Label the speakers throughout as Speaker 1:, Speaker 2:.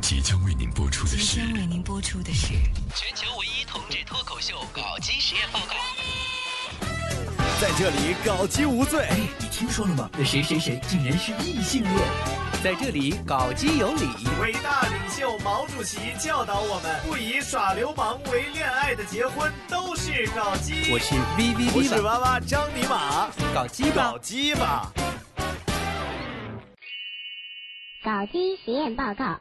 Speaker 1: 即将为您播出的
Speaker 2: 即
Speaker 1: 是
Speaker 2: 将为您播出的是
Speaker 3: 全球唯一同志脱口秀搞基实验报告。
Speaker 4: 在这里搞基无罪，
Speaker 5: 你听说了吗？那谁谁谁竟然是异性恋，
Speaker 3: 在这里搞基有理，
Speaker 4: 伟大领袖毛主席教导我们，不以耍流氓为恋爱的结婚都是搞基。
Speaker 3: 我是 V V
Speaker 4: 我
Speaker 3: V
Speaker 4: 是
Speaker 3: 吧，
Speaker 4: 娃娃张尼玛，
Speaker 3: 搞基吧
Speaker 4: 搞。基吧。
Speaker 6: 搞基实验报告。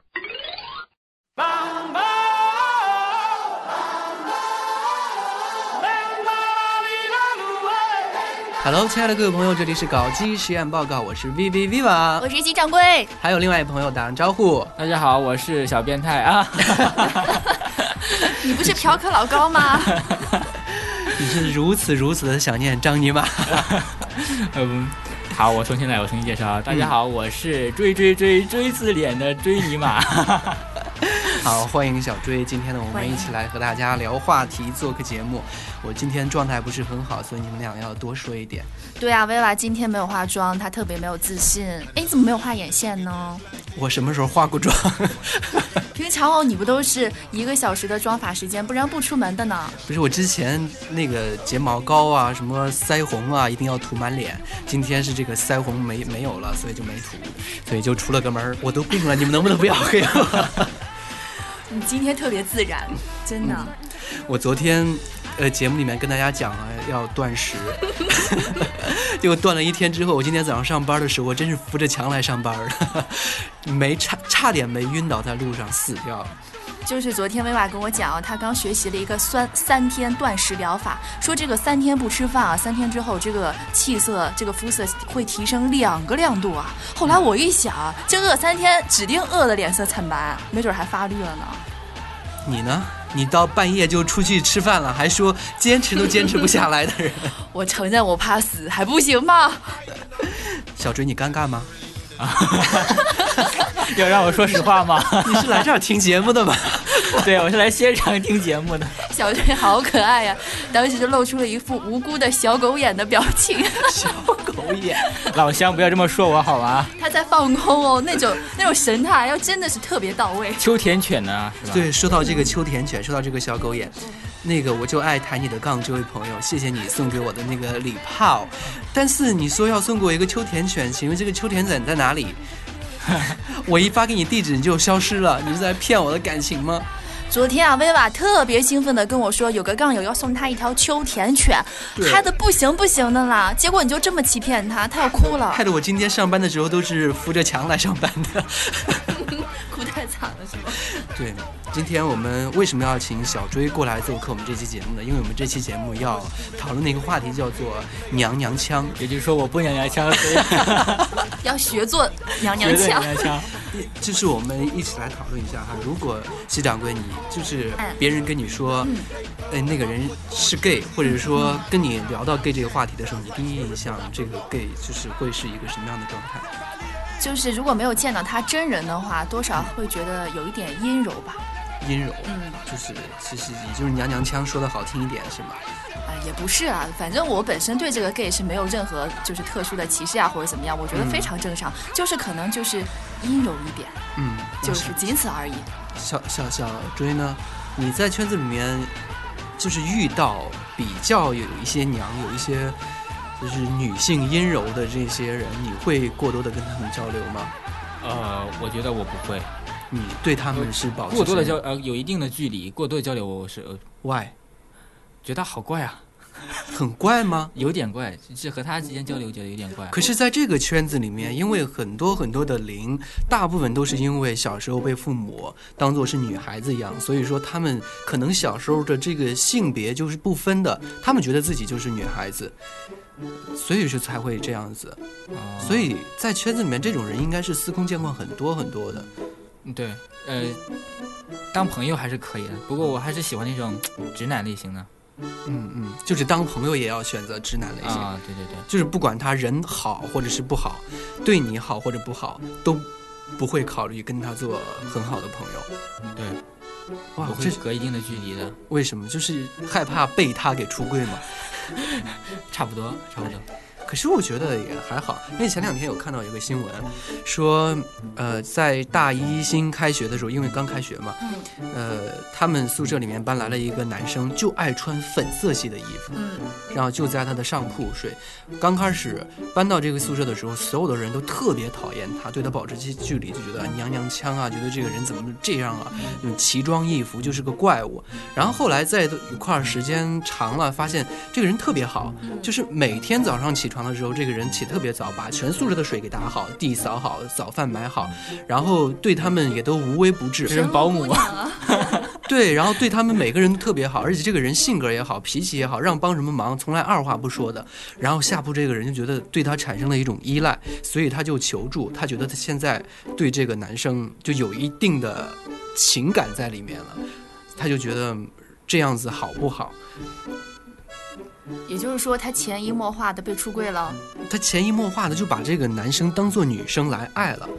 Speaker 3: Hello，亲爱的各位朋友，这里是搞基实验报告，我是 V V V 吧，
Speaker 7: 我是金掌柜，
Speaker 3: 还有另外一朋友打声招呼。
Speaker 8: 大家好，我是小变态啊！
Speaker 7: 你不是嫖客老高吗？
Speaker 3: 你是如此如此的想念张尼玛，
Speaker 8: 嗯，好，我从现在我重新介绍。大家好，我是追追追追字脸的追尼玛。
Speaker 3: 好，欢迎小追。今天呢，我
Speaker 7: 欢
Speaker 3: 们
Speaker 7: 迎
Speaker 3: 一起来和大家聊话题，做个节目。我今天状态不是很好，所以你们俩要多说一点。
Speaker 7: 对啊，薇娃今天没有化妆，她特别没有自信。哎，你怎么没有画眼线呢？
Speaker 3: 我什么时候化过妆？
Speaker 7: 平常哦，你不都是一个小时的妆发时间，不然不出门的呢？
Speaker 3: 不是我之前那个睫毛膏啊，什么腮红啊，一定要涂满脸。今天是这个腮红没没有了，所以就没涂，所以就出了个门儿。我都病了，你们能不能不要黑啊我？
Speaker 7: 你今天特别自然，嗯真的。
Speaker 3: 我昨天，呃，节目里面跟大家讲了要断食，结果断了一天之后，我今天早上上班的时候，我真是扶着墙来上班的， 没差差点没晕倒在路上死掉了。
Speaker 7: 就是昨天薇娃跟我讲，她刚学习了一个三三天断食疗法，说这个三天不吃饭啊，三天之后这个气色、这个肤色会提升两个亮度啊。后来我一想，这饿三天指定饿的脸色惨白，没准还发绿了呢。
Speaker 3: 你呢？你到半夜就出去吃饭了，还说坚持都坚持不下来的人，
Speaker 7: 我承认我怕死，还不行吗？
Speaker 3: 小追你尴尬吗？
Speaker 8: 要让我说实话吗？
Speaker 3: 你是来这儿听节目的吗？
Speaker 8: 对，我是来现场听节目的。
Speaker 7: 小俊好可爱呀、 当时就露出了一副无辜的小狗眼的表情，
Speaker 3: 小狗眼，
Speaker 8: 老乡，不要这么说我好吗？
Speaker 7: 他在放空哦，那种那种神态要真的是特别到位。
Speaker 8: 秋田犬呢？是吧？，
Speaker 3: 对，说到这个秋田犬，说到这个小狗眼，那个我就爱抬你的杠，这位朋友，谢谢你送给我的那个礼炮。但是你说要送给我一个秋田犬，请问这个秋田犬在哪里？ 我一发给你地址，你就消失了，你是在骗我的感情吗？
Speaker 7: 昨天啊，薇娃特别兴奋的跟我说，有个杠友要送她一条秋田犬，
Speaker 3: 对
Speaker 7: 嗨的不行不行的啦。结果你就这么欺骗她，她要哭了
Speaker 3: 害，得我今天上班的时候都是扶着墙来上班的。
Speaker 7: 哭太惨了是吗？
Speaker 3: 对，今天我们为什么要请小追过来做客我们这期节目呢？因为我们这期节目要讨论的一个话题叫做“娘娘腔”。
Speaker 8: 也就是说我不娘娘 腔，所以
Speaker 7: 要学做娘娘
Speaker 8: 绝对
Speaker 7: 腔
Speaker 8: 娘。娘腔。
Speaker 3: 就是我们一起来讨论一下哈，如果西掌柜你就是
Speaker 7: 嗯
Speaker 3: 别人跟你说，哎，那个人是 gay，或者说跟你聊到 gay 这个话题的时候，你第一印象这个 gay 就是会是一个什么样的状态？
Speaker 7: 就是如果没有见到她真人的话，多少会觉得有一点阴柔吧。
Speaker 3: 阴柔，
Speaker 7: 嗯
Speaker 3: 就是其实也就是娘娘腔，说的好听一点是吗？
Speaker 7: 啊，也不是啊，反正我本身对这个 gay 是没有任何就是特殊的歧视啊，或者怎么样，我觉得非常正常，就是可能就是阴柔一点，
Speaker 3: 嗯，
Speaker 7: 就是仅此而已。
Speaker 3: 小小小追呢，你在圈子里面就是遇到比较有一些娘，有一些就是女性阴柔的这些人，你会过多的跟他们交流吗？
Speaker 8: 呃，我觉得我不会
Speaker 3: 你对他们是保持
Speaker 8: 过多的
Speaker 3: 什
Speaker 8: 交
Speaker 3: 么
Speaker 8: 呃有一定的距离，过多的交流我是呃
Speaker 3: ，why
Speaker 8: 觉得好怪啊，
Speaker 3: 很怪吗？
Speaker 8: 有点怪，是和他之间
Speaker 7: 嗯
Speaker 8: 交流觉得有点怪。
Speaker 3: 可是，在这个圈子里面，因为很多很多的零，大部分都是因为小时候被父母当做是女孩子一样，所以说他们可能小时候的这个性别就是不分的，他们觉得自己就是女孩子，所以说才会这样子。
Speaker 8: 哦
Speaker 3: 所以在圈子里面，这种人应该是司空见惯很多很多的。
Speaker 8: 对，呃，当朋友还是可以的，不过我还是喜欢那种直男类型的
Speaker 3: 嗯嗯，就是当朋友也要选择直男类型。
Speaker 8: 啊，对对对，
Speaker 3: 就是不管他人好或者是不好，对你好或者不好，都不会考虑跟他做很好的朋友。
Speaker 8: 对，
Speaker 3: 哇
Speaker 8: 我，
Speaker 3: 这
Speaker 8: 会
Speaker 3: 是
Speaker 8: 隔一定的距离的，
Speaker 3: 为什么？就是害怕被他给出柜嘛。
Speaker 8: 差不多，差不多。
Speaker 3: 可是我觉得也还好，因为前两天有看到一个新闻，说，呃，在大一新开学的时候，因为刚开学嘛，
Speaker 7: 嗯
Speaker 3: 呃，他们宿舍里面搬来了一个男生，就爱穿粉色系的衣服，
Speaker 7: 嗯，
Speaker 3: 然后就在他的上铺睡。刚开始搬到这个宿舍的时候，所有的人都特别讨厌他，对他保持些距离，就觉得娘娘腔啊，觉得这个人怎么这样啊，嗯，奇装异服就是个怪物。然后后来在一块儿时间长了，发现这个人特别好，就是每天早上起床的时候，这个人起特别早，把全宿舍的水给打好，地扫好，早饭买好，然后对他们也都无微不至。
Speaker 8: 人保姆啊，
Speaker 7: 啊，
Speaker 3: 对，然后对他们每个人都特别好，而且这个人性格也好，脾气也好，让帮什么忙从来二话不说的。然后下铺这个人就觉得对他产生了一种依赖，所以他就求助。他觉得他现在对这个男生就有一定的情感在里面了，他就觉得这样子好不好？
Speaker 7: 也就是说他潜移默化的被出柜了。
Speaker 3: 他潜移默化的就把这个男生当做女生来爱了。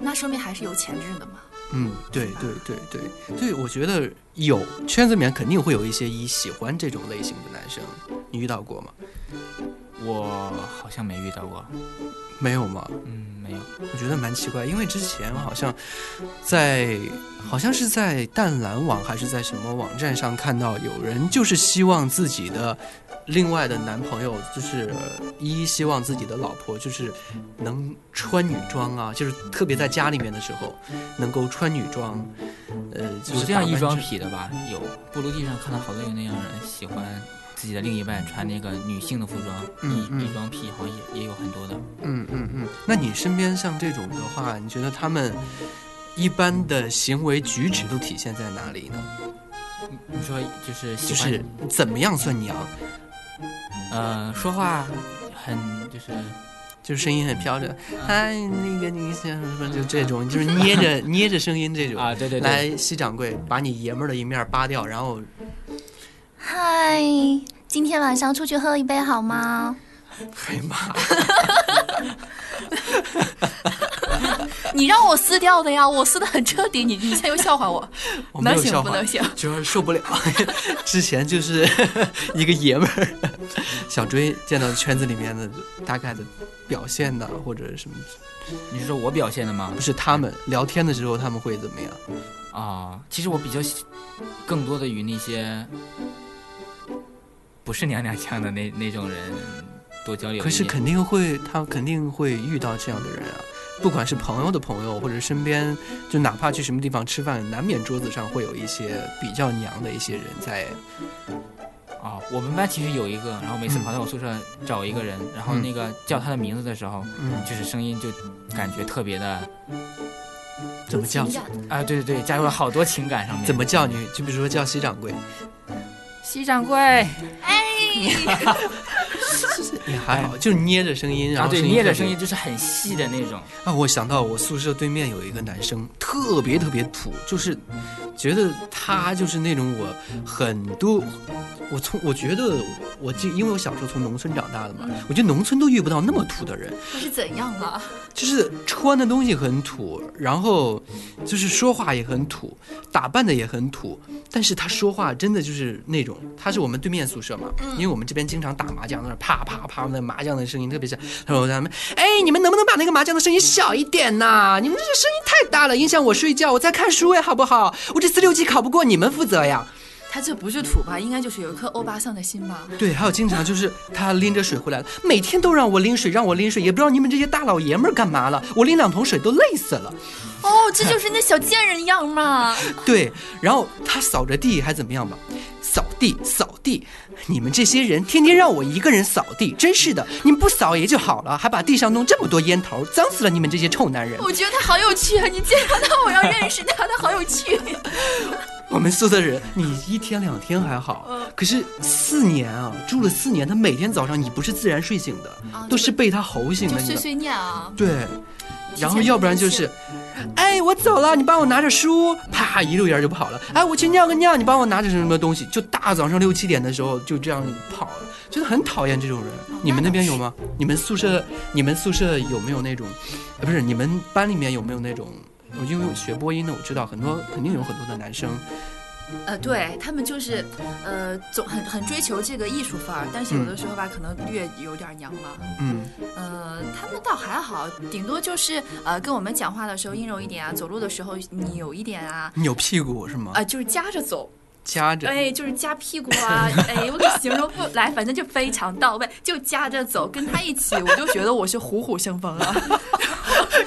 Speaker 7: 那说明还是有潜质的嘛。
Speaker 3: 嗯，对对对对，所以我觉得有圈子里面肯定会有一些一喜欢这种类型的男生，你遇到过吗？
Speaker 8: 我好像没遇到过，
Speaker 3: 没有吗？
Speaker 8: 嗯，没有，
Speaker 3: 我觉得蛮奇怪，因为之前我好像在，好像是在淡蓝网还是在什么网站上看到有人就是希望自己的另外的男朋友，就是一希望自己的老婆就是能穿女装啊，就是特别在家里面的时候能够穿女装，呃，就
Speaker 8: 有
Speaker 3: 是
Speaker 8: 这样
Speaker 3: 打扮
Speaker 8: 异装
Speaker 3: 成
Speaker 8: 癖的吧？有，布鲁地上看到好多有那样人喜欢自己的另一半穿那个女性的服装，
Speaker 3: 嗯嗯
Speaker 8: 异异装癖好像也也有很多的。
Speaker 3: 嗯嗯嗯，那你身边像这种的话，你觉得他们一般的行为举止都体现在哪里呢？
Speaker 8: 你说就是喜
Speaker 3: 就
Speaker 8: 欢，
Speaker 3: 是怎么样算娘？
Speaker 8: 呃，说话很就是
Speaker 3: 就是声音很飘着，嗨，那个你想什么就这种，就是捏着 捏着声音这种。
Speaker 8: 啊，对对对，
Speaker 3: 来，西掌柜，把你爷们儿的一面扒掉，然后
Speaker 7: 嗨，今天晚上出去喝一杯好吗？
Speaker 3: 哎呀妈，
Speaker 7: 你让我撕掉的呀，我撕的很彻底，你你现在又笑话我，
Speaker 3: 我没
Speaker 7: 能
Speaker 3: 有
Speaker 7: 行
Speaker 3: 笑
Speaker 7: 不
Speaker 3: 话，
Speaker 7: 能行？
Speaker 3: 就是受不了。 之前就是 一个爷们儿，小追见到圈子里面的大概的表现呢，或者什么，
Speaker 8: 你是说我表现的吗
Speaker 3: 不？是他们聊天的时候他们会怎么样？
Speaker 8: 啊，其实我比较喜更多的与那些不是娘娘腔的那那种人多交流一点。
Speaker 3: 可是肯定会，他肯定会遇到这样的人啊，不管是朋友的朋友，或者身边，就哪怕去什么地方吃饭，难免桌子上会有一些比较娘的一些人在。
Speaker 8: 啊，我们班其实有一个，然后每次跑到我宿舍找一个人，然后那个叫他的名字的时候，
Speaker 3: 嗯，
Speaker 8: 就是声音就感觉特别的
Speaker 3: 怎么叫？
Speaker 7: 情感
Speaker 8: 啊，对对对，加入了好多情感上面。
Speaker 3: 怎么叫你？就比如说叫西掌柜，
Speaker 8: 西掌柜？
Speaker 7: 哎
Speaker 3: 也还好，就捏着声音，然
Speaker 8: 哎啊，
Speaker 3: 后
Speaker 8: 对，
Speaker 3: 音
Speaker 8: 捏着
Speaker 3: 特别
Speaker 8: 声音就是很细的那种。
Speaker 3: 啊，我想到我宿舍对面有一个男生，特别特别土，就是觉得他就是那种我很多，我从我觉得我这因为我小时候从农村长大的嘛，我觉得农村都遇不到那么土的人，
Speaker 7: 那是怎样啊？
Speaker 3: 就是穿的东西很土，然后就是说话也很土，打扮的也很土，但是他说话真的就是那种，他是我们对面宿舍嘛，因为我们这边经常打麻将，在那啪啪啪，那麻将的声音特别响。他说他们，哎，你们能不能把那个麻将的声音小一点呐、你们这个声音太大了，影响我睡觉，我在看书哎，好不好？我这四六级考不过，你们负责呀。
Speaker 7: 他这不是土吧，应该就是有一颗欧巴桑的心吧？
Speaker 3: 对，还有经常就是他拎着水回 来，每天都让我拎水，让我拎水，也不知道你们这些大老爷们儿干嘛了，我拎两桶水都累死了。
Speaker 7: 哦，这就是那小贱人样嘛。
Speaker 3: 对，然后他扫着地还怎么样吧？扫地扫地，你们这些人天天让我一个人扫地，真是的，你们不扫也就好了，还把地上弄这么多烟头，脏死了你们这些臭男人！
Speaker 7: 我觉得他好有趣啊！你介绍他，我要认识他，他好有趣。
Speaker 3: 我们宿舍人，你一天两天还好，
Speaker 7: 嗯
Speaker 3: 可是四年啊，住了四年，他每天早上你不是自然睡醒的，
Speaker 7: 啊
Speaker 3: 都是被他吼醒
Speaker 7: 就
Speaker 3: 的，你
Speaker 7: 碎
Speaker 3: 的
Speaker 7: 碎念啊，
Speaker 3: 对。然后要不然就是，哎，我走了，你帮我拿着书，啪一溜烟就跑了。哎，我去尿个尿，你帮我拿着什么东西，就大早上六七点的时候就这样跑了，真的很讨厌这种人。你们那边有吗？你们宿舍，你们宿舍有没有那种，呃，不是，你们班里面有没有那种？因为我学播音的，我知道很多肯定有很多的男生，
Speaker 7: 呃，对他们就是，呃，总很很追求这个艺术范儿，但是有的时候吧，可能略有点娘吧。
Speaker 3: 嗯
Speaker 7: 呃，他们倒还好，顶多就是呃跟我们讲话的时候阴柔一点啊，走路的时候扭一点啊，
Speaker 3: 扭屁股是吗
Speaker 7: 啊、？就是夹着走，
Speaker 3: 夹着，
Speaker 7: 哎，就是夹屁股啊， 哎，我给形容不来，反正就非常到位，就夹着走，跟他一起，我就觉得我是虎虎生风了，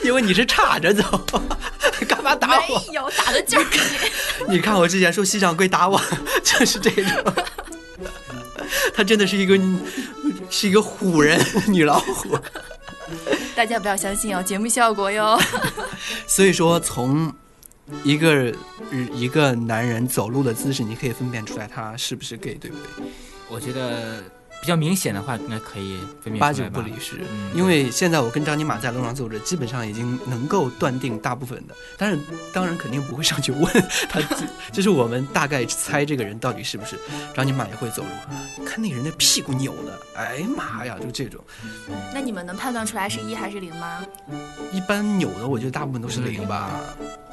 Speaker 3: 因为你是岔着走， 干嘛 打我？
Speaker 7: 没有打的劲儿你。
Speaker 3: 你看我之前说西掌柜打我，就是这种。她真的是一个是一个虎人，女老虎。
Speaker 7: 大家不要相信哦，节目效果哟。
Speaker 3: 所以说，从一个一个男人走路的姿势，你可以分辨出来他是不是 gay，对不对？
Speaker 8: 我觉得比较明显的话，应该可以分辨
Speaker 3: 八
Speaker 8: 出
Speaker 3: 九
Speaker 8: 来
Speaker 3: 不
Speaker 8: 吧
Speaker 3: 离十。
Speaker 8: 嗯
Speaker 3: 因为现在我跟张尼玛在路上走着，基本上已经能够断定大部分的，但是当然肯定不会上去问 他自，就是我们大概猜这个人到底是不是张尼玛也会走路。你看那人的屁股扭的，哎呀妈呀，就这种。
Speaker 7: 那你们能判断出来是一还是零吗？
Speaker 3: 一般扭的，我觉得大部分都是零吧，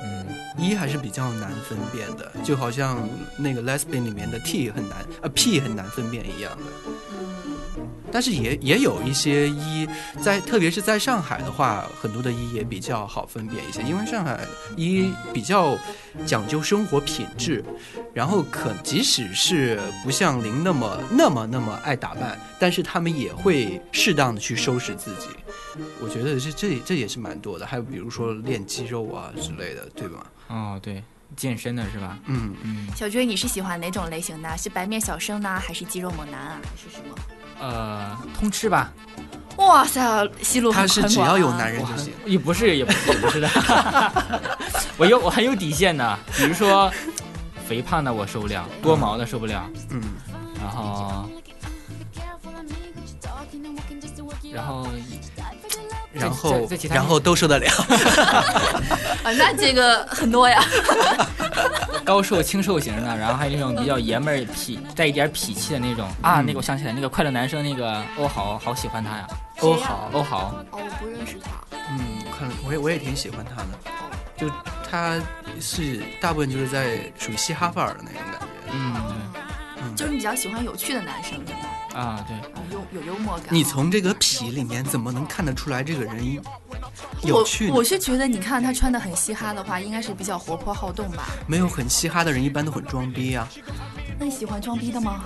Speaker 8: 嗯，
Speaker 3: 一，E 还是比较难分辨的，就好像那个 lesbian 里面的 T 很难，呃 P 很难分辨一样的。但是也也有一些一在，特别是在上海的话，很多的一也比较好分辨一些，因为上海一比较讲究生活品质，然后可即使是不像零那么那么那么爱打扮，但是他们也会适当的去收拾自己。我觉得这这这也是蛮多的，还有比如说练肌肉啊之类的，对吧？
Speaker 8: 哦对，健身的是吧？
Speaker 3: 嗯，
Speaker 8: 嗯，
Speaker 7: 小追，你是喜欢哪种类型呢？是白面小生呢，还是肌肉猛男啊？是什么？
Speaker 8: 呃，通吃吧，
Speaker 7: 哇塞，戏路
Speaker 3: 他
Speaker 7: 很
Speaker 3: 是
Speaker 7: 宽
Speaker 3: 只
Speaker 7: 广啊
Speaker 3: 要有男人
Speaker 8: 我
Speaker 3: 就行。
Speaker 8: 也不是也不是也不是的， 我有我很有底线的，比如说肥胖的我受不了，多毛的受不了，
Speaker 3: 嗯，
Speaker 8: 然后然后
Speaker 3: 然后
Speaker 8: 在在其他
Speaker 3: 然后都受得了。
Speaker 7: 啊，那这个很多呀。
Speaker 8: 高瘦清瘦型的，然后还有那种比较爷们儿痞带一点痞气的那种啊，那个我想起来，那个快乐男生那个欧豪，好喜欢他呀，
Speaker 3: 欧豪，
Speaker 8: 欧豪，
Speaker 7: 哦，我不认识他。
Speaker 3: 嗯，看了我也我也挺喜欢他的，就他是大部分就是在属于嘻哈范儿的那种感觉。
Speaker 8: 嗯
Speaker 7: 就是你比较喜欢有趣的男生，对吧？
Speaker 8: 对啊对。
Speaker 7: 啊有有幽默感。
Speaker 3: 你从这个痞里面怎么能看得出来这个人有
Speaker 7: 我
Speaker 3: 趣呢
Speaker 7: 我？是觉得，你看他穿的很嘻哈的话，应该是比较活泼好动吧？
Speaker 3: 没有很嘻哈的人一般都很装逼啊。
Speaker 7: 那你喜欢装逼的吗？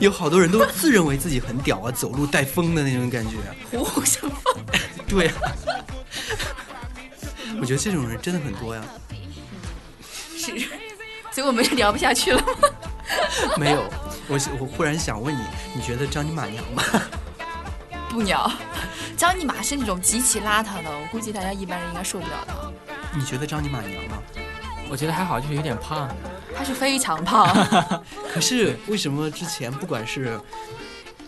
Speaker 3: 有好多人都自认为自己很屌啊，走路带风的那种感觉、啊
Speaker 7: 虎虎生风。
Speaker 3: 对啊， 我觉得这种人真的很多呀。
Speaker 7: 是，所以我们就聊不下去了。
Speaker 3: 没有，我我忽然想问你，你觉得张尼玛娘吗？
Speaker 7: 不鸟，张尼玛是那种极其邋遢的，我估计大家一般人应该受不了的。
Speaker 3: 你觉得张尼玛娘吗？
Speaker 8: 我觉得还好，就是有点胖。
Speaker 7: 他是非常胖，
Speaker 3: 可是为什么之前不管是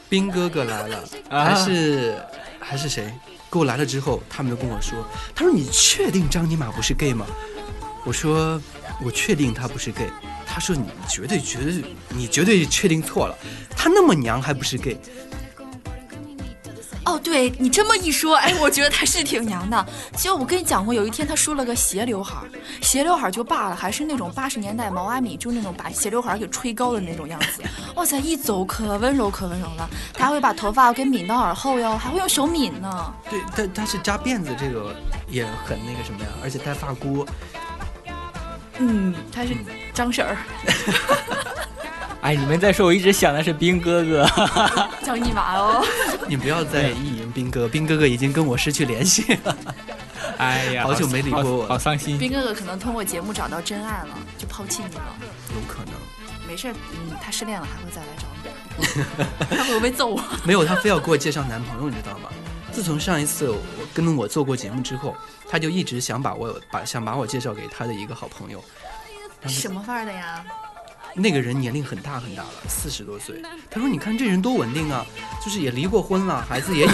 Speaker 3: 兵哥哥来了，
Speaker 8: 啊
Speaker 3: 还是、还是谁给我来了之后，他们都跟我说，他说你确定张尼玛不是 gay 吗？我说我确定他不是 gay。他说你绝对绝对你绝对确定错了，他那么娘还不是 gay？
Speaker 7: 哦，对你这么一说，哎，我觉得他是挺娘的。其实我跟你讲过，有一天他梳了个斜刘海儿，斜刘海儿就罢了，还是那种八十年代毛阿敏，就那种把斜刘海儿给吹高的那种样子。哇塞，一走可温柔可温柔了，他还会把头发给抿到耳后哟，还会用手抿呢。
Speaker 3: 对，但但是扎辫子这个也很那个什么呀，而且戴发箍，
Speaker 7: 嗯，他是张婶儿，
Speaker 8: 哎，你们在说，我一直想的是兵哥哥。
Speaker 7: 张尼玛哦。
Speaker 3: 你不要再意淫兵哥，兵哥哥已经跟我失去联系了。
Speaker 8: 哎呀，
Speaker 3: 好久没理过我了
Speaker 8: 好伤心。
Speaker 7: 兵哥哥可能通过节目找到真爱了，就抛弃你了。
Speaker 3: 有可能
Speaker 7: 没事儿，嗯，他失恋了还会再来找你， 他会不会揍我？
Speaker 3: 没有，她非要给我介绍男朋友，你知道吗？自从上一次我跟我做过节目之后，她就一直想把我把想把我介绍给她的一个好朋友。
Speaker 7: 什么范儿的呀？
Speaker 3: 那个人年龄很大很大了，四十多岁。她说：“你看这人多稳定啊，就是也离过婚了，孩子也 有。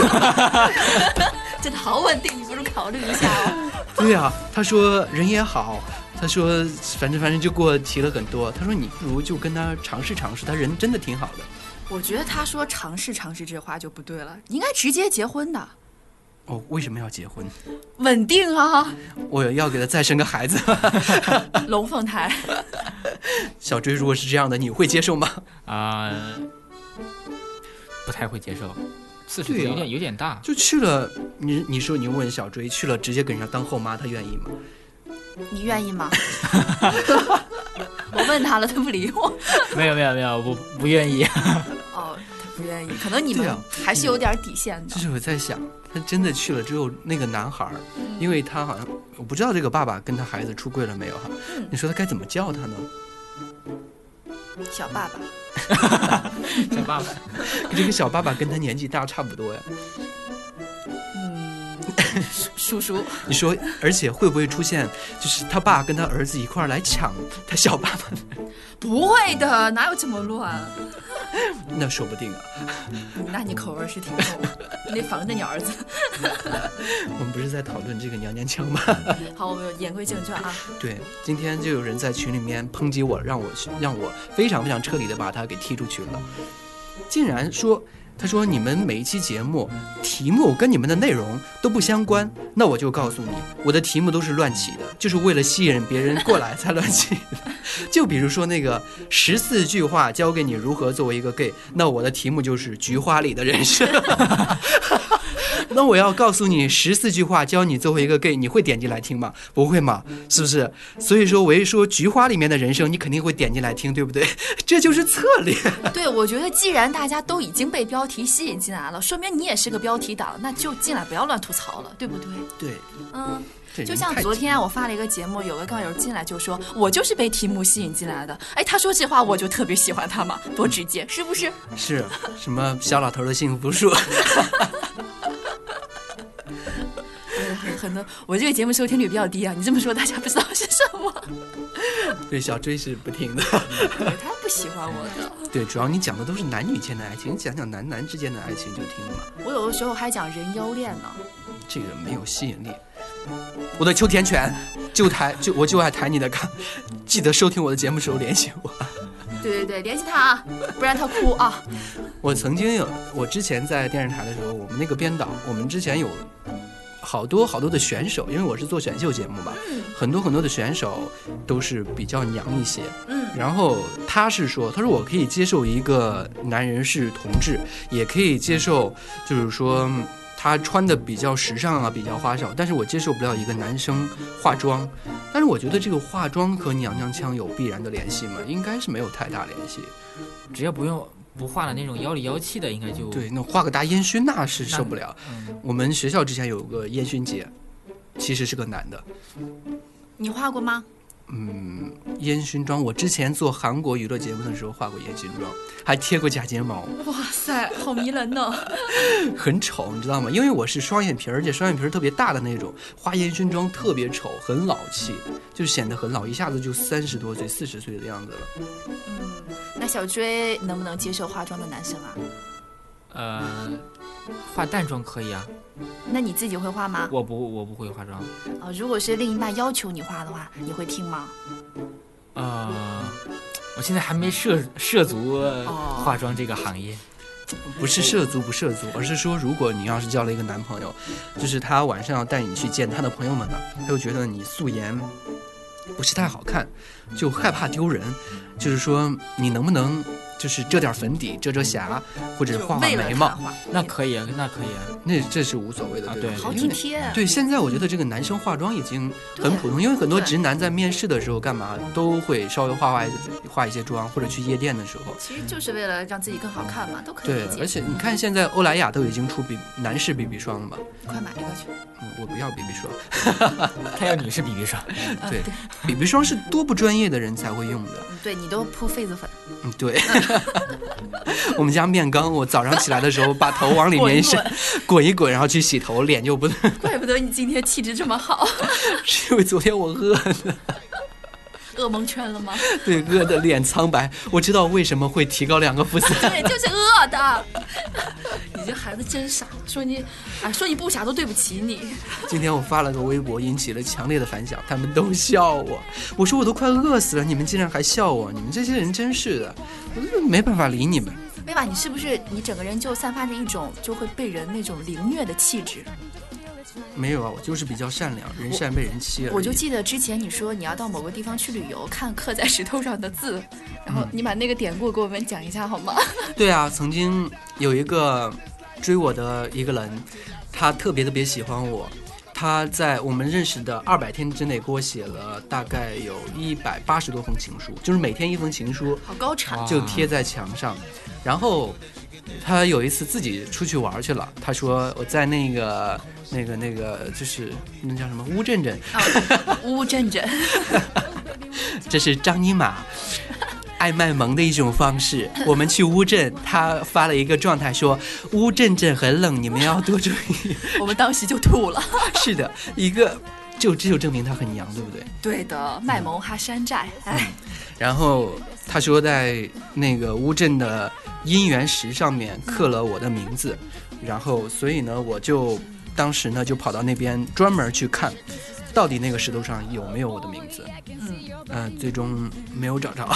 Speaker 7: 真的好稳定，你不如考虑一下 哦。
Speaker 3: 对啊，她说人也好。”她说：“反正反正就给我提了很多。”她说：“你不如就跟他尝试尝试，他人真的挺好的。
Speaker 7: 我觉得他说尝试尝试这话就不对了，你应该直接结婚的。
Speaker 3: 哦，为什么要结婚？
Speaker 7: 稳定啊，
Speaker 3: 我要给他再生个孩子。
Speaker 7: 龙凤胎。
Speaker 3: 小追，如果是这样的，你会接受吗？
Speaker 8: 啊、不太会接受，四十
Speaker 3: 对
Speaker 8: 岁
Speaker 3: 啊
Speaker 8: 有点有点大。
Speaker 3: 就去了，你你说你问小追去了，直接给人家当后妈，她愿意吗？
Speaker 7: 你愿意 吗？我问他了，他不理我。
Speaker 8: 没有没有没有，我不愿 意。
Speaker 7: 哦，他不愿意，可能你
Speaker 3: 对
Speaker 7: 们
Speaker 3: 啊
Speaker 7: 还是有点底线的
Speaker 3: 就。是我在想，他真的去了之后，那个男孩儿，因为他好像我不知道这个爸爸跟他孩子出柜了没有哈，你说他该怎么叫他呢？
Speaker 7: 小爸爸，
Speaker 8: 叫爸爸，
Speaker 3: 这个小爸爸跟他年纪大差不多呀。
Speaker 7: 嗯，叔叔，
Speaker 3: 你说，而且会不会出现，就是他爸跟他儿子一块儿来抢他小爸 爸？
Speaker 7: 不会的，哪有这么乱？嗯
Speaker 3: 那说不定啊。
Speaker 7: 那你口味是挺重的，你得防着你儿子。
Speaker 3: 我们不是在讨论这个娘娘腔吗？
Speaker 7: 好，我们言归正传啊。
Speaker 3: 对，今天就有人在群里面抨击我，让我去，让我非常非常彻底的把他给踢出群了，竟然说。他说：“你们每一期节目题目跟你们的内容都不相关，那我就告诉你，我的题目都是乱起的，就是为了吸引别人过来才乱起的。就比如说那个十四句话教给你如何作为一个 gay，那我的题目就是菊花里的人生。那我要告诉你十四句话教你作为一个 gay，你会点进来听吗？不会嘛，是不是？所以说，我一说《菊花》里面的人生，你肯定会点进来听，对不 对？这就是策略。
Speaker 7: 对，我觉得既然大家都已经被标题吸引进来了，说明你也是个标题党，那就进来不要乱吐槽了，对不对？
Speaker 3: 对，
Speaker 7: 嗯。
Speaker 3: 这人
Speaker 7: 就像
Speaker 3: 太
Speaker 7: 昨天我发了一个节目，有个杠友进来就说：“我就是被题目吸引进来的。”哎，他说这话我就特别喜欢他嘛，多直接，是不是？
Speaker 3: 是什么小老头的幸福树？
Speaker 7: 呃很很多，我这个节目收听率比较低啊，你这么说大家不知道是什么，
Speaker 3: 对，小追是不听的。
Speaker 7: 对他不喜欢我的。
Speaker 3: 对，主要你讲的都是男女间的爱情，你讲讲男男之间的爱情就听了嘛，
Speaker 7: 我有的时候还讲人妖恋呢，
Speaker 3: 这个没有吸引力。我的秋田犬，就抬就我就爱抬你的 杠，记得收听我的节目时候联系我。
Speaker 7: 对对对，联系他啊，不然他哭啊。
Speaker 3: 我曾经有，我之前在电视台的时候，我们那个编导，我们之前有好多好多的选手，因为我是做选秀节目嘛，很多很多的选手都是比较娘一些。
Speaker 7: 嗯，
Speaker 3: 然后他是说，他说我可以接受一个男人是同志，也可以接受，就是说。嗯他穿的比较时尚啊，比较花哨，但是我接受不了一个男生化妆。但是我觉得这个化妆和娘娘腔有必然的联系吗？应该是没有太大联系。
Speaker 8: 只要不用不画了那种妖里妖气的，应该就
Speaker 3: 对，那画个大烟熏那是受不了。
Speaker 8: 嗯
Speaker 3: 我们学校之前有个烟熏节，其实是个男的，
Speaker 7: 你画过吗？
Speaker 3: 嗯，烟熏妆。我之前做韩国娱乐节目的时候画过烟熏妆，还贴过假睫毛，
Speaker 7: 哇塞，好迷人呢！
Speaker 3: 很丑，你知道吗？因为我是双眼皮儿，而且双眼皮儿特别大的那种，画烟熏妆特别丑，很老气，就显得很老，一下子就三十多岁、四十岁的样子了。
Speaker 7: 那小追能不能接受化妆的男生啊？
Speaker 8: 呃，化淡妆可以啊，
Speaker 7: 那你自己会画吗？
Speaker 8: 我不我不会化妆，
Speaker 7: 啊、如果是另一半要求你画的话，你会听吗？
Speaker 8: 呃，我现在还没涉涉足呃
Speaker 7: 哦
Speaker 8: 化妆这个行业，
Speaker 3: 不是涉足不涉足，而是说，如果你要是交了一个男朋友，就是他晚上要带你去见他的朋友们呢，他就觉得你素颜不是太好看，就害怕丢人，就是说你能不能就是遮点粉底、遮遮瑕，或者画画
Speaker 7: 为了
Speaker 3: 眉
Speaker 7: 他
Speaker 3: 毛，
Speaker 7: 画，
Speaker 8: 那可以啊，那可以啊，
Speaker 3: 那这是无所谓的，
Speaker 8: 啊
Speaker 3: 对吧
Speaker 8: 对
Speaker 7: 好
Speaker 3: 因
Speaker 7: 体
Speaker 3: 为
Speaker 7: 贴。
Speaker 3: 对，现在我觉得这个男生化妆已经很
Speaker 7: 对
Speaker 3: 普通，因为很多
Speaker 7: 对
Speaker 3: 直男在面试的时候干嘛都会稍微化化化一些妆，或者去夜店的时候，
Speaker 7: 其实就是为了让自己更好看嘛，都可以
Speaker 3: 对
Speaker 7: 理，解。
Speaker 3: 而且你看现在欧莱雅都已经出比男士 BB 霜了嘛，
Speaker 7: 快买一个去。
Speaker 3: 嗯，我不要 BB 霜。
Speaker 8: 他要女士比比霜，
Speaker 3: 嗯 对，BB 霜是多不专业的人才会用的。
Speaker 7: 嗯对你都铺痱子粉，
Speaker 3: 嗯，对。 我们家面缸，我早上起来的时候把头往里面一伸， 滚一滚，然后去洗头，脸就不
Speaker 7: 怪不得你今天气质这么好。
Speaker 3: 是因为昨天我饿的，
Speaker 7: 饿蒙圈 了吗？
Speaker 3: 对，饿的脸苍白。我知道为什么会提高两个肤色。
Speaker 7: 对，就是饿的。 你这孩子真傻，说你，哎，说你不傻都对不起你。
Speaker 3: 今天我发了个微博，引起了强烈的反响，他们都笑我。我说我都快饿死了，你们竟然还笑我，你们这些人真是的，我就没办法理你们。
Speaker 7: 妹吧，你是不是你整个人就散发着一种就会被人那种凌虐的气质？
Speaker 3: 没有啊，我就是比较善良，人善被人欺而已
Speaker 7: 我就记得之前你说你要到某个地方去旅游，看刻在石头上的 字，然后你把那个典故给我们讲一下好吗？
Speaker 3: 对啊，曾经有一个追我的一个人，他特别特别喜欢我。他在我们认识的二百天之内，给我写了大概有一百八十多封情书，就是每天一封情书，
Speaker 7: 好高产，
Speaker 3: 就贴在墙上。然后他有一次自己出去玩去了，他说我在那个那个那个就是那叫什么乌镇镇，
Speaker 7: 乌镇镇，
Speaker 3: 这是张尼玛。爱卖萌的一种方式。我们去乌镇，他发了一个状态说：“乌镇镇很冷，你们要多注意。
Speaker 7: 我们当时就吐了。”
Speaker 3: 是的，一个就这就证明他很娘，对不对？
Speaker 7: 对的，卖萌哈山寨，哎，
Speaker 3: 然后他说在那个乌镇的姻缘石上面刻了我的名字，然后所以呢，我就当时呢就跑到那边专门去看。到底那个石头上有没有我的名字？嗯，呃，最终没有找着。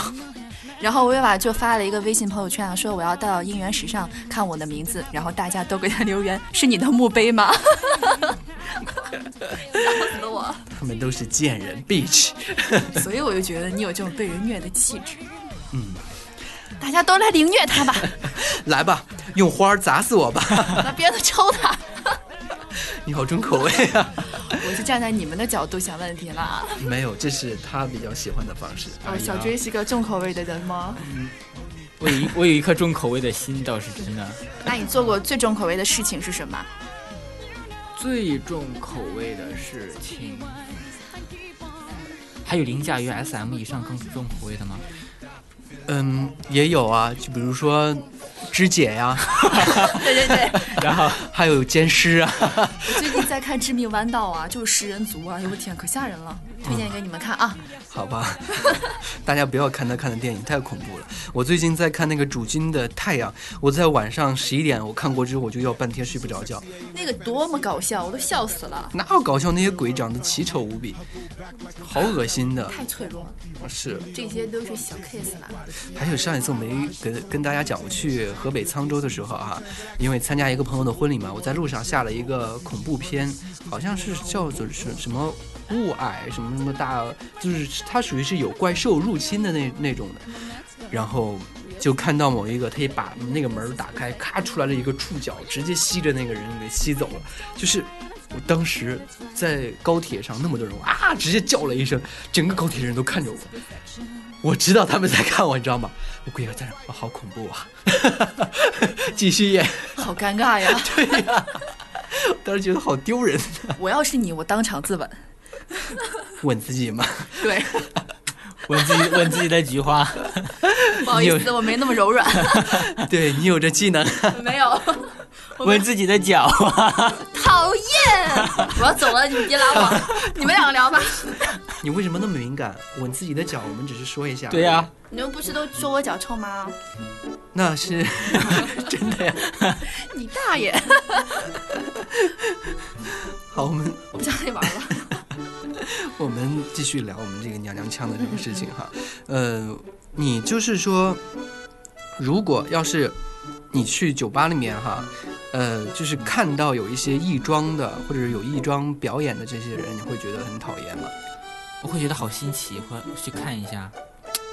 Speaker 7: 然后薇娃就发了一个微信朋友圈啊，说我要到姻缘石上看我的名字，然后大家都给他留言，是你的墓碑吗？ 笑死 我！
Speaker 3: 他们都是贱人，bitch。
Speaker 7: 所以我就觉得你有这种被人虐的气质。嗯，大家都来凌虐 他吧，
Speaker 3: 来吧，用花儿砸死我吧！
Speaker 7: 拿鞭子抽他。
Speaker 3: 你好重口味 啊！
Speaker 7: 我是站在你们的角度想问题啦。
Speaker 3: 没有，这是他比较喜欢的方式。
Speaker 7: 啊，小追是个重口味的人吗？
Speaker 8: 我有一我有一颗重口味的心，倒是真的。
Speaker 7: 那你做过最重口味的事情是什么？
Speaker 8: 最重口味的事情，还有凌驾于 S M 以上更重口味的吗？
Speaker 3: 嗯，也有啊，就比如说肢解呀、
Speaker 7: 对对对，
Speaker 8: 然后
Speaker 3: 还有奸尸啊。
Speaker 7: 我最近在看《致命弯道》啊，就是食人族啊，哎呦我天，可吓人了，推荐给你们看啊。
Speaker 3: 好吧，大家不要看他看的电影，太恐怖了。我最近在看那个主君的《太阳》，我在晚上十一点我看过之后，我就要半天睡不着觉。
Speaker 7: 那个多么搞笑，我都笑死了，
Speaker 3: 哪有搞笑？那些鬼长得奇丑无比，好恶心的。
Speaker 7: 太脆弱了，
Speaker 3: 是，
Speaker 7: 这些都是小 case 啦。
Speaker 3: 还有上一次我没跟跟大家讲，我去河北沧州的时候啊，因为参加一个朋友的婚礼嘛，我在路上下了一个恐怖片，好像是叫做什什么雾霭什么什么大，就是它属于是有怪兽入侵的那那种的，然后。就看到某一个，他一把那个门儿打开，咔出来了一个触角，直接吸着那个人给吸走了。就是我当时在高铁上，那么多人，我啊，直接叫了一声，整个高铁人都看着我，我知道他们在看我， 你知道吗？我跪在那儿，我好恐怖啊！ 继续演，
Speaker 7: 好尴尬呀！
Speaker 3: 对呀、当时觉得好丢人，
Speaker 7: 我要是你，我当场自刎。
Speaker 3: 吻自己嘛。
Speaker 7: 对，
Speaker 8: 吻自己吻自己的菊 花，
Speaker 7: 不好意思，我没那么柔软，
Speaker 3: 对你有这技能，
Speaker 7: 没有，
Speaker 8: 吻自己的脚啊！
Speaker 7: 讨厌！我要走了，你们别拉我，你们两个聊吧。
Speaker 3: 你为什么那么敏感？吻自己的脚，我们只是说一下。
Speaker 8: 对呀、
Speaker 7: 你们不是都说我脚臭吗？
Speaker 3: 那是 真的呀。
Speaker 7: 你大爷！
Speaker 3: 好，我们
Speaker 7: 我不想跟你玩了。
Speaker 3: 我们继续聊我们这个娘娘腔的这个事情哈，呃，你就是说，如果要是你去酒吧里面哈，呃，就是看到有一些异装的或者是有异装表演的这些人，你会觉得很讨厌吗？
Speaker 8: 我会觉得好新奇，会去看一下。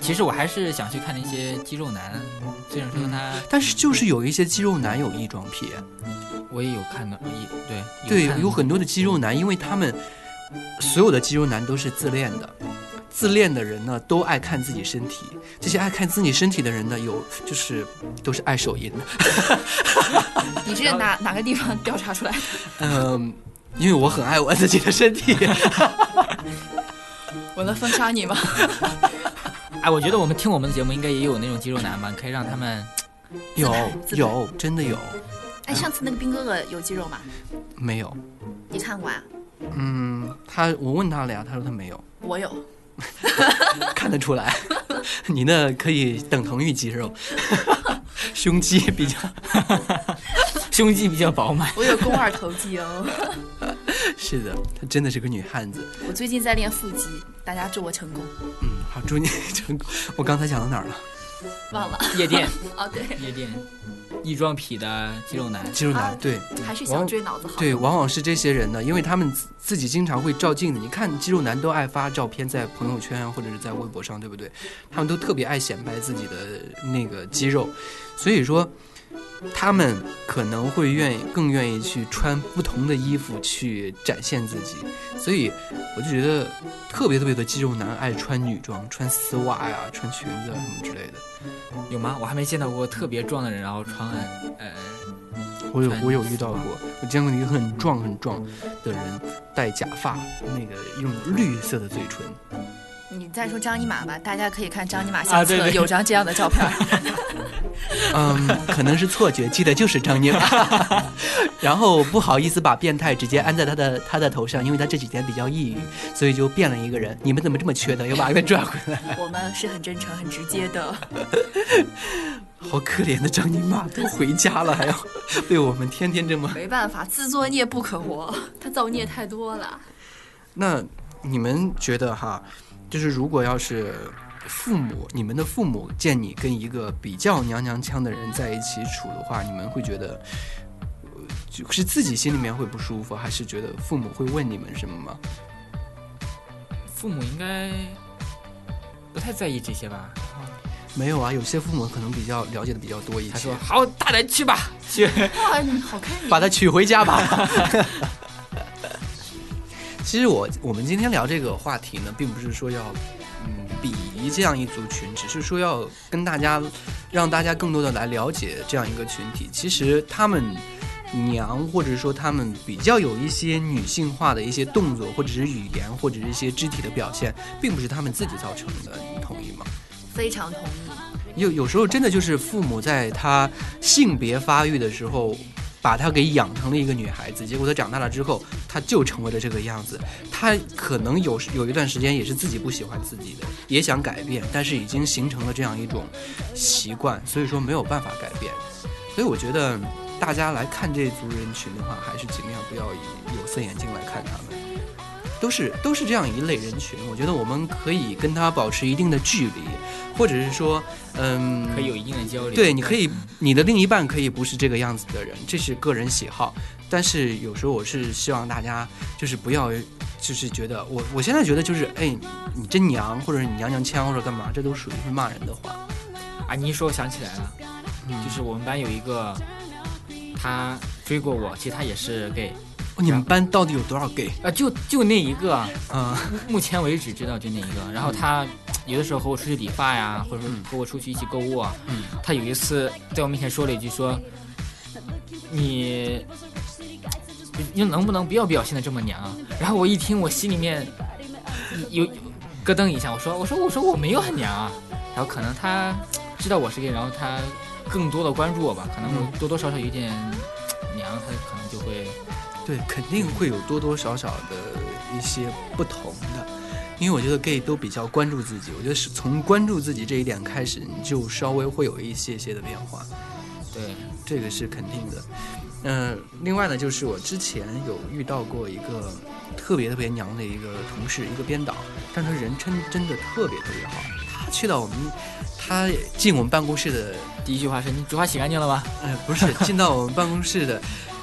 Speaker 8: 其实我还是想去看那些肌肉男，虽然说他
Speaker 3: 但是就是有一些肌肉男有异装癖，
Speaker 8: 我也有看到，也嗯对
Speaker 3: 对，
Speaker 8: 看
Speaker 3: 有很多的肌肉男，因为他们所有的肌肉男都是自恋的。自恋的人呢，都爱看自己身体。这些爱看自己身体的人呢，有就是都是爱手淫的。
Speaker 7: 你这是哪哪个地方调查出 来的？
Speaker 3: 嗯，因为我很爱我自己的身体。
Speaker 7: 我能封杀你吗？
Speaker 8: 哎，我觉得我们听我们的节目应该也有那种肌肉男吧，可以让他们
Speaker 3: 有
Speaker 7: 自拍
Speaker 3: 有，真的有，
Speaker 7: 哎，上次那个兵哥哥有肌肉吗？
Speaker 3: 没有？
Speaker 7: 你看过啊？
Speaker 3: 嗯，他我问他了呀，他说他没有，
Speaker 7: 我有。
Speaker 3: 看得出来。 你那可以等同于肌 肉，胸肌比 较
Speaker 8: 胸肌比较饱满。
Speaker 7: 我有肱二头肌哦。
Speaker 3: 是的，她真的是个女汉子。
Speaker 7: 我最近在练腹肌，大家祝我成功。
Speaker 3: 嗯，好， 祝你成功。我刚才讲到哪儿了？
Speaker 7: 忘了
Speaker 8: 夜店，
Speaker 7: 哦，对，
Speaker 8: 夜店，异装痞的肌肉男。
Speaker 3: 肌肉男
Speaker 7: 啊
Speaker 3: 对。
Speaker 7: 还是小追脑子好。
Speaker 3: 对，往往是这些人呢，因为他们自自己经常会照镜子。你看肌肉男都爱发照片在朋友圈啊或者是在微博上，对不对？他们都特别爱显摆自己的那个肌肉，所以说他们可能会愿意更愿意去穿不同的衣服去展现自己。所以我就觉得特别特别的肌肉男爱穿女装，穿丝袜呀、穿裙子啊什么之类的。
Speaker 8: 有吗？我还没见到过特别壮的人，然后穿
Speaker 3: 嗯
Speaker 8: 呃
Speaker 3: 我有
Speaker 8: 穿
Speaker 3: 我有遇到过，我见过一个很壮很壮的人戴假发，那个用绿色的嘴唇。
Speaker 7: 你再说张尼玛吧，大家可以看张尼玛
Speaker 8: 啊
Speaker 7: 相
Speaker 8: 对
Speaker 7: 册
Speaker 8: 对
Speaker 7: 有张这样的 照片。
Speaker 3: 嗯， 可能是错觉，记得就是张宁。 然后不好意思把变态直接安在他的他的头上，因为他这几天比较抑郁，所以就变了一个人。你们怎么这么缺德，又把他转回来？
Speaker 7: 我们是很真诚、很直接的。
Speaker 3: 好可怜的张宁妈，都回家了，还要 被我们天天这么……
Speaker 7: 没办法，自作孽不可活，他造孽太多了。
Speaker 3: 那你们觉得哈，就是如果要是父母，你们的父母见你跟一个比较娘娘腔的人在一起处的话，你们会觉得？呃就是自己心里面会不舒服，还是觉得父母会问你们什么吗？
Speaker 8: 父母应该不太在意这些吧？
Speaker 3: 没有啊，有些父母可能比较了解的比较多一些。
Speaker 8: 他说：“好，大胆去吧，去。
Speaker 7: 哇，你好看你
Speaker 3: 把他娶回家吧。 其实我我们今天聊这个话题呢，并不是说要嗯鄙夷这样一族群，只是说要跟大家让大家更多的来了解这样一个群体。其实他们。娘，或者说他们比较有一些女性化的一些动作，或者是语言，或者是一些肢体的表现，并不是他们自己造成的，你同意吗？
Speaker 7: 非常同意。
Speaker 3: 有有时候真的就是父母在他性别发育的时候，把他给养成了一个女孩子，结果他长大了之后，他就成为了这个样子。他可能有时有一段时间也是自己不喜欢自己的，也想改变，但是已经形成了这样一种习惯，所以说没有办法改变。所以我觉得大家来看这族人群的话，还是尽量不要以有色眼镜来看他们。都是都是这样一类人群，我觉得我们可以跟他保持一定的距离，或者是说，嗯，”
Speaker 8: 可以有一定的交流。
Speaker 3: 对，你可以，你的另一半可以不是这个样子的人，这是个人喜好。但是有时候我是希望大家就是不要，就是觉得我我现在觉得就是，哎，你真娘，或者你娘娘腔，或者干嘛，这都属于是骂人的话。
Speaker 8: 啊，你一说我想起来了，
Speaker 3: 嗯
Speaker 8: 就是我们班有一个，他追过我，其实他也是 gay，
Speaker 3: 哦你们班到底有多少 gay？
Speaker 8: 啊，就就那一个，啊
Speaker 3: 嗯
Speaker 8: 目前为止知道就那一个。然后他有的时候和我出去理发呀，或者说和我出去一起购物啊，
Speaker 3: 嗯
Speaker 8: 他有一次在我面前说了一句说，你你能不能不要表现的这么娘啊？然后我一听，我心里面有咯噔一下，我说我说我说我没有很娘啊。然后可能他知道我是 gay，然后他更多的关注我吧，可能我多多少少有点娘，他可能就会。
Speaker 3: 对，肯定会有多多少少的一些不同的，因为我觉得 gay 都比较关注自己，我觉得是从关注自己这一点开始，你就稍微会有一些些的变化。
Speaker 8: 对，
Speaker 3: 这个是肯定的。嗯、另外呢，就是我之前有遇到过一个特别特别娘的一个同事，一个编导，但他人真真的特别特别好。他去到我们，他进我们办公室的，
Speaker 8: 第一句话是你头发洗干净了吗？
Speaker 3: 呃，不是进到我们办公室的，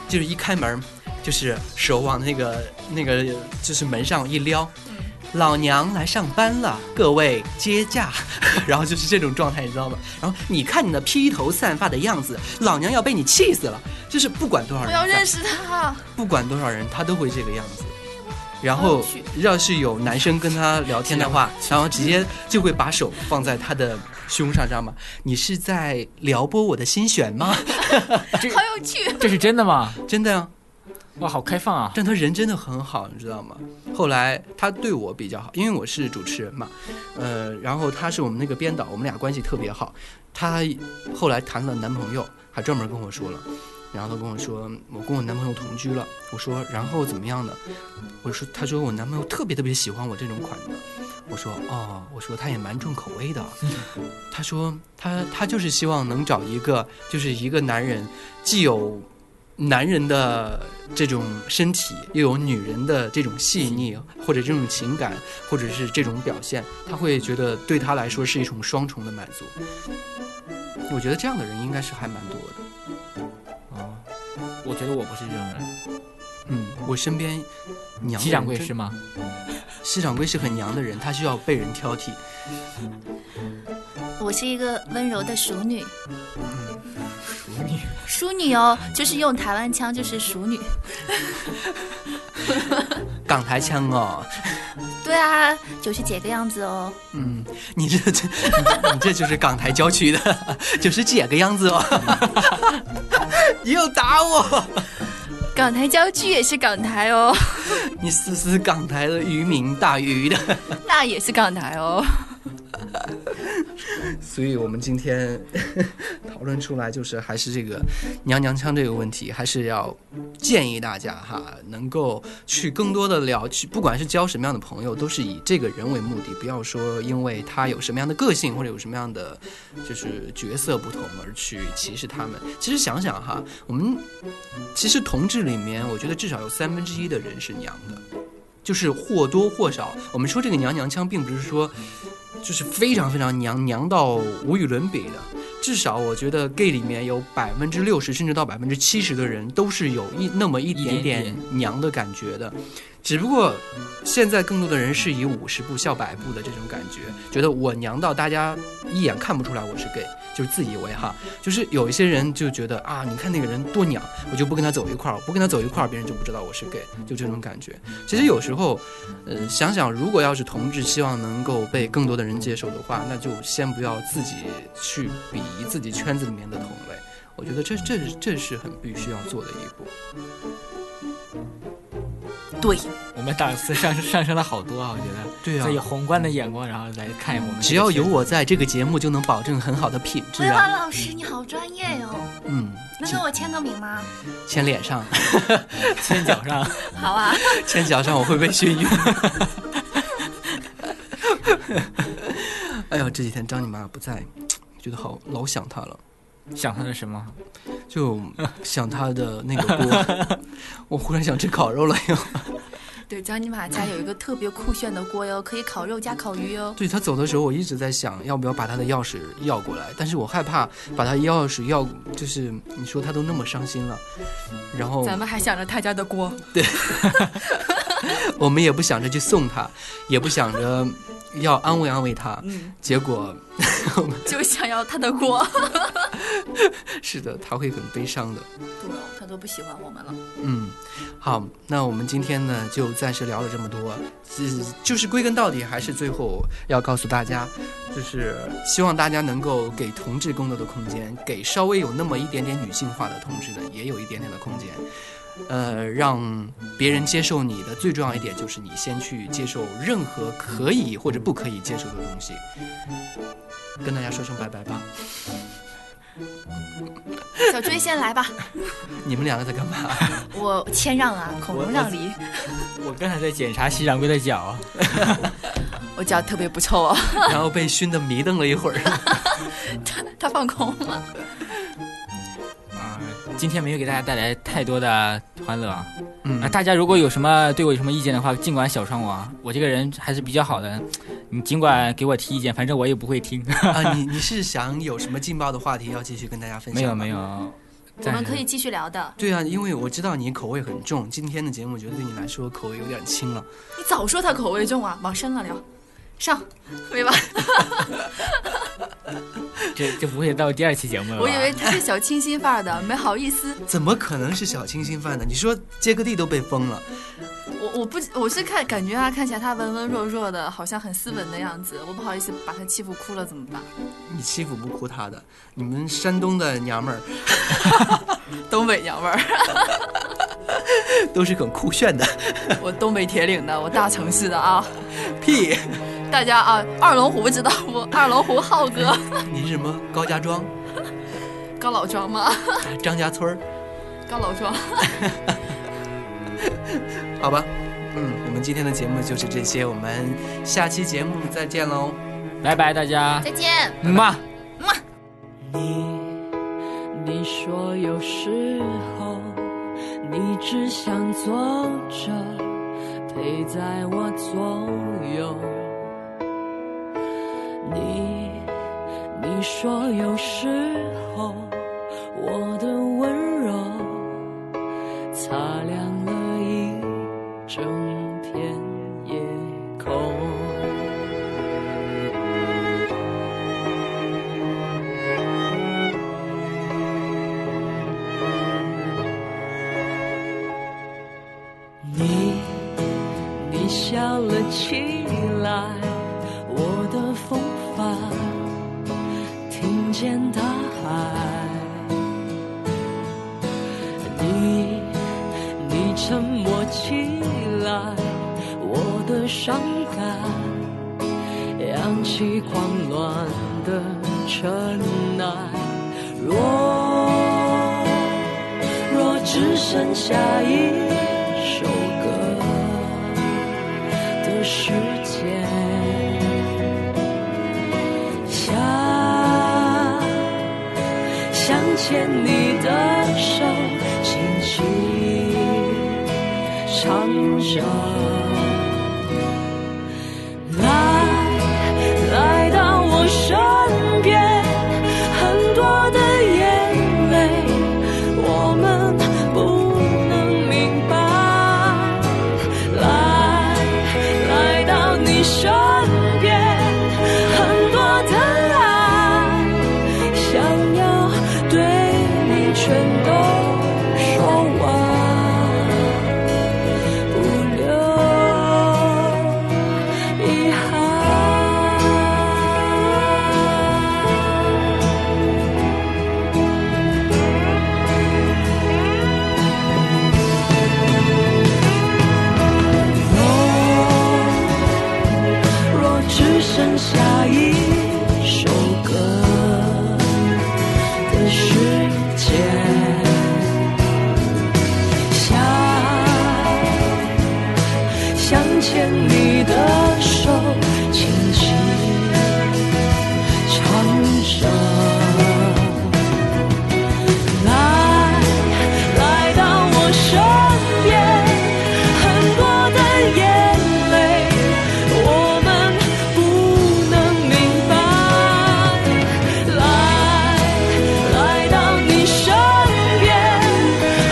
Speaker 3: 就是一开门，就是手往那个那个就是门上一撩。
Speaker 7: 嗯
Speaker 3: 老娘来上班了，各位接驾， 然后就是这种状态，你知道吗？然后你看你那披头散发的样子，老娘要被你气死了！就是不管多少
Speaker 7: 我
Speaker 3: 人
Speaker 7: 要
Speaker 3: 在
Speaker 7: 认识他，
Speaker 3: 不管多少人，他都会这个样子。然后
Speaker 7: 我去啊
Speaker 3: 要是有男生跟他聊天的话，然后直接就会把手放在他的胸上，知道吗？你是在撩拨我的心弦吗？
Speaker 7: 好有趣。
Speaker 8: 这是真的吗？
Speaker 3: 真的啊，
Speaker 8: 哇，好开放啊！
Speaker 3: 但他人真的很好，你知道吗？后来他对我比较好，因为我是主持人嘛，呃，然后他是我们那个编导，我们俩关系特别好。他后来谈了男朋友，还专门跟我说了，然后他跟我说我跟我男朋友同居了，我说然后怎么样呢？我说他说我男朋友特别特别喜欢我这种款的，我说哦，我说他也蛮重口味的，啊他说他他就是希望能找一个就是一个男人既有男人的这种身体，又有女人的这种细腻，或者这种情感，或者是这种表现，他会觉得对他来说是一种双重的满足。我觉得这样的人应该是还蛮多的。
Speaker 8: 哦我觉得我不是这种人。
Speaker 3: 嗯，我身边娘
Speaker 8: 西
Speaker 3: 的
Speaker 8: 掌
Speaker 3: 人
Speaker 8: 柜
Speaker 3: 真
Speaker 8: 是吗？
Speaker 3: 西掌柜是很娘的人，他需要被人挑剔。
Speaker 7: 我是一个温柔的熟女，
Speaker 8: 淑女，
Speaker 7: 淑女哦，就是用台湾腔，就是熟女。
Speaker 3: 港台腔 哦，
Speaker 7: 对啊，就是这个样子哦。
Speaker 3: 嗯，你这这你这就是港台郊区的， 就是这个样子 哦。 你又打我，
Speaker 7: 港台郊区也是港台哦，
Speaker 3: 你是是港台的渔民大鱼的。
Speaker 7: 那也是港台哦。
Speaker 3: 所以我们今天 讨论出来，就是还是这个娘娘腔这个问题，还是要建议大家哈，能够去更多的聊，去不管是交什么样的朋友，都是以这个人为目的，不要说因为他有什么样的个性或者有什么样的就是角色不同而去歧视他们。其实想想哈，我们其实同志里面，我觉得至少有三分之一的人是娘的。就是或多或少，我们说这个娘娘腔，并不是说就是非常非常娘娘到无与伦比的。至少我觉得 gay 里面有百分之六十甚至到百分之七十的人都是有一那么一点
Speaker 8: 一点
Speaker 3: 点娘的感觉的，只不过现在更多的人是以五十步笑百步的这种感觉，觉得我娘到大家一眼看不出来我是 gay，就是自以为哈，就是有一些人就觉得啊，你看那个人多娘，我就不跟他走一块儿，我不跟他走一块儿，别人就不知道我是 gay，就这种感觉。其实有时候，呃，想想如果要是同志希望能够被更多的人接受的话，那就先不要自己去鄙夷自己圈子里面的同类。我觉得这这这是很必须要做的一步。
Speaker 7: 对，
Speaker 8: 我们档次上上升了好多啊，我觉得。
Speaker 3: 对
Speaker 8: 所以宏观的眼光，然后来看我们这个圈子。
Speaker 3: 只要有我在这个节目，就能保证很好的品质
Speaker 7: 维华
Speaker 3: 啊。
Speaker 7: 老师你好专业哟、哦，
Speaker 3: 嗯，
Speaker 7: 能给我签个名吗？
Speaker 3: 牵脸上，
Speaker 8: 牵脚上，
Speaker 7: 好啊，
Speaker 3: 牵脚上我会被熏晕。 哎呦，这几天张你妈不在，觉得好老想她了。
Speaker 8: 想他的什么？
Speaker 3: 就想他的那个锅， 我忽然想吃烤肉了又。
Speaker 7: 对，张尼玛家有一个特别酷炫的锅哟，可以烤肉加烤鱼哟。
Speaker 3: 对他走的时候，我一直在想要不要把他的钥匙要过来，但是我害怕把他钥匙要，就是你说他都那么伤心了，然后
Speaker 7: 咱们还想着他家的锅，
Speaker 3: 我们也不想着去送他，也不想着要安慰安慰他，
Speaker 7: 嗯
Speaker 3: 结果
Speaker 7: 就想要他的 锅。
Speaker 3: 是的，他会很悲伤的。
Speaker 7: 不，他都不喜欢我们了。
Speaker 3: 嗯，好，那我们今天呢就暂时聊了这么多，是就是归根到底还是最后要告诉大家，就是希望大家能够给同志更多的空间，给稍微有那么一点点女性化的同志呢也有一点点的空间，呃，让别人接受你的最重要一点就是你先去接受任何可以或者不可以接受的东西，跟大家说声拜拜吧。
Speaker 7: 小追先来吧，
Speaker 3: 你们两个在干嘛？
Speaker 7: 我谦让啊，孔融让梨。
Speaker 8: 我刚才在检查西掌柜的脚，啊
Speaker 7: 我脚特别不臭哦，
Speaker 3: 然后被熏得迷瞪了一会儿。
Speaker 7: 他放空了。
Speaker 8: 啊、今天没有给大家带来太多的欢乐啊。
Speaker 3: 嗯
Speaker 8: 啊，大家如果有什么对我有什么意见的话，尽管小窗我啊，我这个人还是比较好的，你尽管给我提意见，反正我也不会听。
Speaker 3: 啊，你你是想有什么劲爆的话题要继续跟大家分享？
Speaker 8: 没有没。有，
Speaker 7: 我
Speaker 8: 暂
Speaker 7: 们
Speaker 8: 时
Speaker 7: 可以继续聊的。
Speaker 3: 对啊，因为我知道你口味很重，今天的节目我觉得对你来说口味有点轻了。
Speaker 7: 你早说他口味重啊，往深了聊。上，没吧？
Speaker 8: 这这不会到第二期节目了吧？
Speaker 7: 我以为他是小清新范儿的，没好意思。
Speaker 3: 怎么可能是小清新范呢？你说接个地都被封了，
Speaker 7: 我我不我是看感觉他啊看起来他文文弱弱的，好像很斯文的样子，我不好意思把他欺负哭了怎么办？
Speaker 3: 你欺负不哭他的。你们山东的娘们儿
Speaker 7: 东北娘们儿，
Speaker 3: 都是很酷炫的，
Speaker 7: 我东北铁岭的，我大城市的 啊，
Speaker 3: 屁！
Speaker 7: 大家啊，二龙湖知道不？二龙湖浩哥，
Speaker 3: 你是什么高家庄、
Speaker 7: 高老庄吗？
Speaker 3: 张家村儿？
Speaker 7: 高老庄，
Speaker 3: 好吧，嗯，我们今天的节目就是这些，我们下期节目再见喽。
Speaker 8: 拜拜大家，
Speaker 7: 再见。
Speaker 8: 嗯嘛。
Speaker 1: 你，你说有时候你只想坐着陪在我左右。你，你说有时候我的温柔笑了起来，我的风帆听见大海。你，你沉默起来，我的伤感扬起狂乱的尘埃。若若只剩下一首歌的时间，想想牵你的手，轻轻唱着。来，来到我身边，很多的眼泪，我们不能明白。来，来到你身边，很多的爱，想要对你全都说完。不留遗憾。若若只剩下一首歌的时间，想想牵你的手，轻轻唱着。来，来到我身边，很多的眼泪，我们不能明白。来，来到你身边，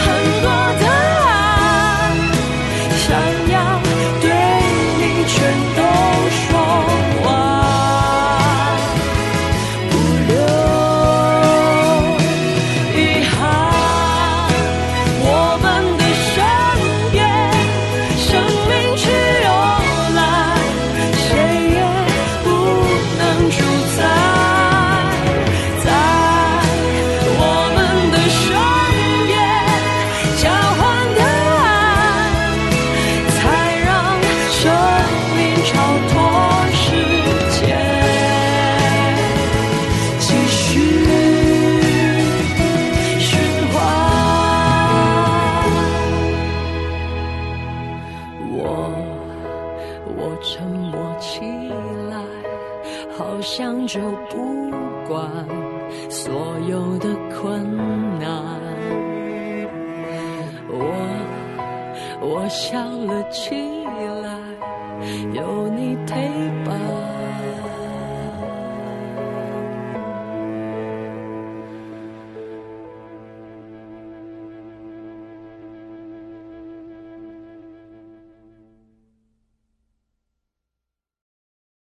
Speaker 1: 很多的爱，想要对你全都说完。不留遗憾，我们的身边，生命去由来，谁也不能主宰。在我们的身边，交换的爱，才让生命超脱时间。继续循环。我我沉默起来，好像就不管所有的困难。我我笑了起来，有你陪伴。